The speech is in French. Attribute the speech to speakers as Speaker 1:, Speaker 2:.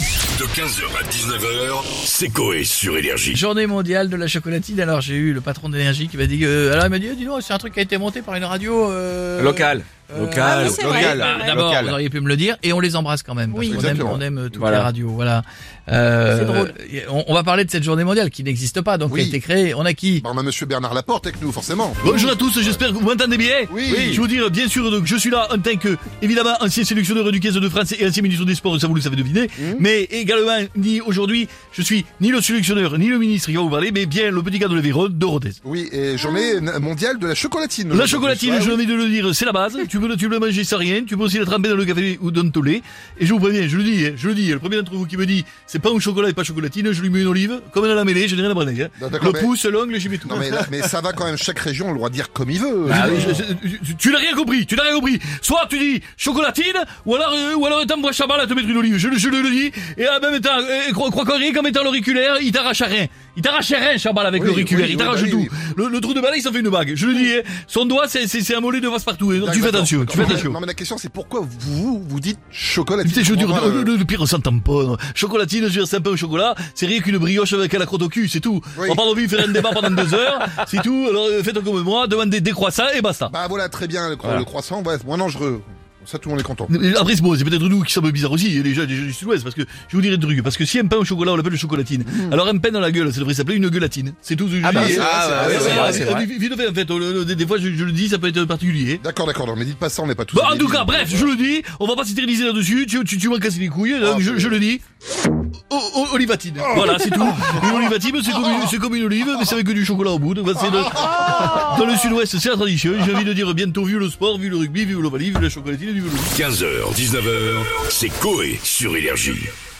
Speaker 1: De 15h à 19h, c'est Coé sur Énergie.
Speaker 2: Journée mondiale de la chocolatine. Alors j'ai eu le patron d'énergie qui m'a dit. euh, alors il m'a dit, eh, dis donc, c'est un truc qui a été monté par une radio euh,
Speaker 3: Local.
Speaker 2: euh,
Speaker 3: Local.
Speaker 4: Ah oui, c'est vrai.
Speaker 2: Bah, D'abord, vous auriez pu me le dire, et on les embrasse quand même, parce
Speaker 4: Oui.
Speaker 2: qu'on aime,
Speaker 5: Exactement.
Speaker 2: on aime toutes
Speaker 3: Voilà.
Speaker 2: les radios. Voilà. Euh,
Speaker 4: C'est drôle.
Speaker 2: et On, on va parler de cette journée mondiale qui n'existe pas, donc
Speaker 5: Oui.
Speaker 2: qui a été créée. On a qui
Speaker 5: Bah, on a monsieur Bernard Laporte avec nous, forcément.
Speaker 6: Bonjour à tous, j'espère que vous m'entendez bien.
Speaker 5: Oui.
Speaker 6: Je vous dire, bien sûr, donc je suis là en tant que, évidemment, ancien sélectionneur du 15 de France et ancien ministre des Sports, ça vous le savez deviner.
Speaker 5: Mmh.
Speaker 6: Mais également, ni aujourd'hui, je suis ni le sélectionneur, ni le ministre qui va vous parler, mais bien le petit gars de l'Aveyron de Rodez.
Speaker 5: Oui, et journée na- mondiale de la chocolatine.
Speaker 6: La
Speaker 5: aujourd'hui,
Speaker 6: chocolatine,
Speaker 5: je
Speaker 6: j'ai
Speaker 5: crois.
Speaker 6: envie de le dire, c'est la base. Tu peux, tu peux la manger sans rien. Tu peux aussi la tremper dans le café ou dans le lait. Et je vous préviens, je le dis, hein, je le dis, le premier d'entre vous qui me dit, c'est pas au chocolat et pas chocolatine, je lui mets une olive. Comme dans la mêlée, je n'ai rien à branler. hein.
Speaker 5: Non, d'accord,
Speaker 6: Le
Speaker 5: mais-
Speaker 6: pouce, l'ongle, j'y mets tout.
Speaker 5: Non, mais, là- mais ça va quand même, chaque région, on le droit de dire comme il veut.
Speaker 6: Ah Je- je- je- tu n'as rien compris, tu n'as rien compris. Soit tu dis chocolatine, ou alors, euh, ou alors t'envoies Chabal à te mettre une olive. Je, le- je le, le dis. Et en même temps, euh, crois, crois qu'en rien qu'en mettant l'auriculaire, il t'arrache à rien. Il t'arrache à rien, Chabal, avec
Speaker 5: Oui,
Speaker 6: l'auriculaire.
Speaker 5: oui,
Speaker 6: il
Speaker 5: oui,
Speaker 6: t'arrache
Speaker 5: bah oui,
Speaker 6: tout.
Speaker 5: oui.
Speaker 6: Le, le trou de balai, il s'en fait une bague. Je le dis, hein. son doigt, c'est, c'est, c'est un mollet de vasse partout. hein.
Speaker 5: D'accord,
Speaker 6: Tu fais
Speaker 5: d'accord,
Speaker 6: attention, tu fais
Speaker 5: d'accord.
Speaker 6: attention.
Speaker 5: Non, mais la question, c'est pourquoi vous, vous dites chocolatine
Speaker 6: Putain, je veux dire,
Speaker 5: Vraiment,
Speaker 6: le,
Speaker 5: euh,
Speaker 6: le- le pire, on s'en tamponne. Chocolatine, je veux dire, c'est un pain au chocolat. C'est rien qu'une brioche avec la crotte au cul, c'est tout.
Speaker 5: Oui.
Speaker 6: On parle au vif, faire un débat pendant deux heures. C'est tout. Alors, euh, faites comme moi, demandez des croissants et basta.
Speaker 5: Bah voilà, très bien, le, cro- le croissant, ouais, c'est moins dangereux. Ça, tout le monde est content.
Speaker 6: Après, c'est bon, c'est peut-être nous qui sommes bizarres aussi, les gens, les gens du sud-ouest, parce que je vous dirai de truc. Parce que si un pain au chocolat, on l'appelle chocolatine. Alors, un pain dans la gueule, ça devrait s'appeler une gueulatine. C'est tout.
Speaker 5: Ah bah,
Speaker 6: je-
Speaker 5: c'est vrai,
Speaker 3: Ah,
Speaker 5: c'est
Speaker 3: ouais,
Speaker 5: vrai,
Speaker 3: c'est
Speaker 5: c'est
Speaker 3: vrai,
Speaker 5: vrai.
Speaker 3: c'est vrai.
Speaker 6: Vite fait, en fait, le- le- des des fois, je, je le dis, ça peut être particulier.
Speaker 5: D'accord, d'accord, non, mais dites pas ça, on n'est pas tous.
Speaker 6: Bah, en
Speaker 5: débiles.
Speaker 6: tout cas, bref, je le dis, on va pas s'éterniser là-dessus, tu, tu, tu m'as cassé les couilles, donc
Speaker 5: Ah,
Speaker 6: je,
Speaker 5: oui.
Speaker 6: je le dis. O- o- olivatine. Voilà, c'est tout. Une olivatine, c'est comme, une- c'est comme une olive, mais c'est avec du chocolat au bout. Donc, c'est le- dans le sud-ouest, c'est la tradition. J'ai envie de dire bientôt, vu le sport, vu le rugby, vu l'ovalie, vu la chocolatine, vu le...
Speaker 1: Sur 15h, 19h, c'est Coé sur Énergie.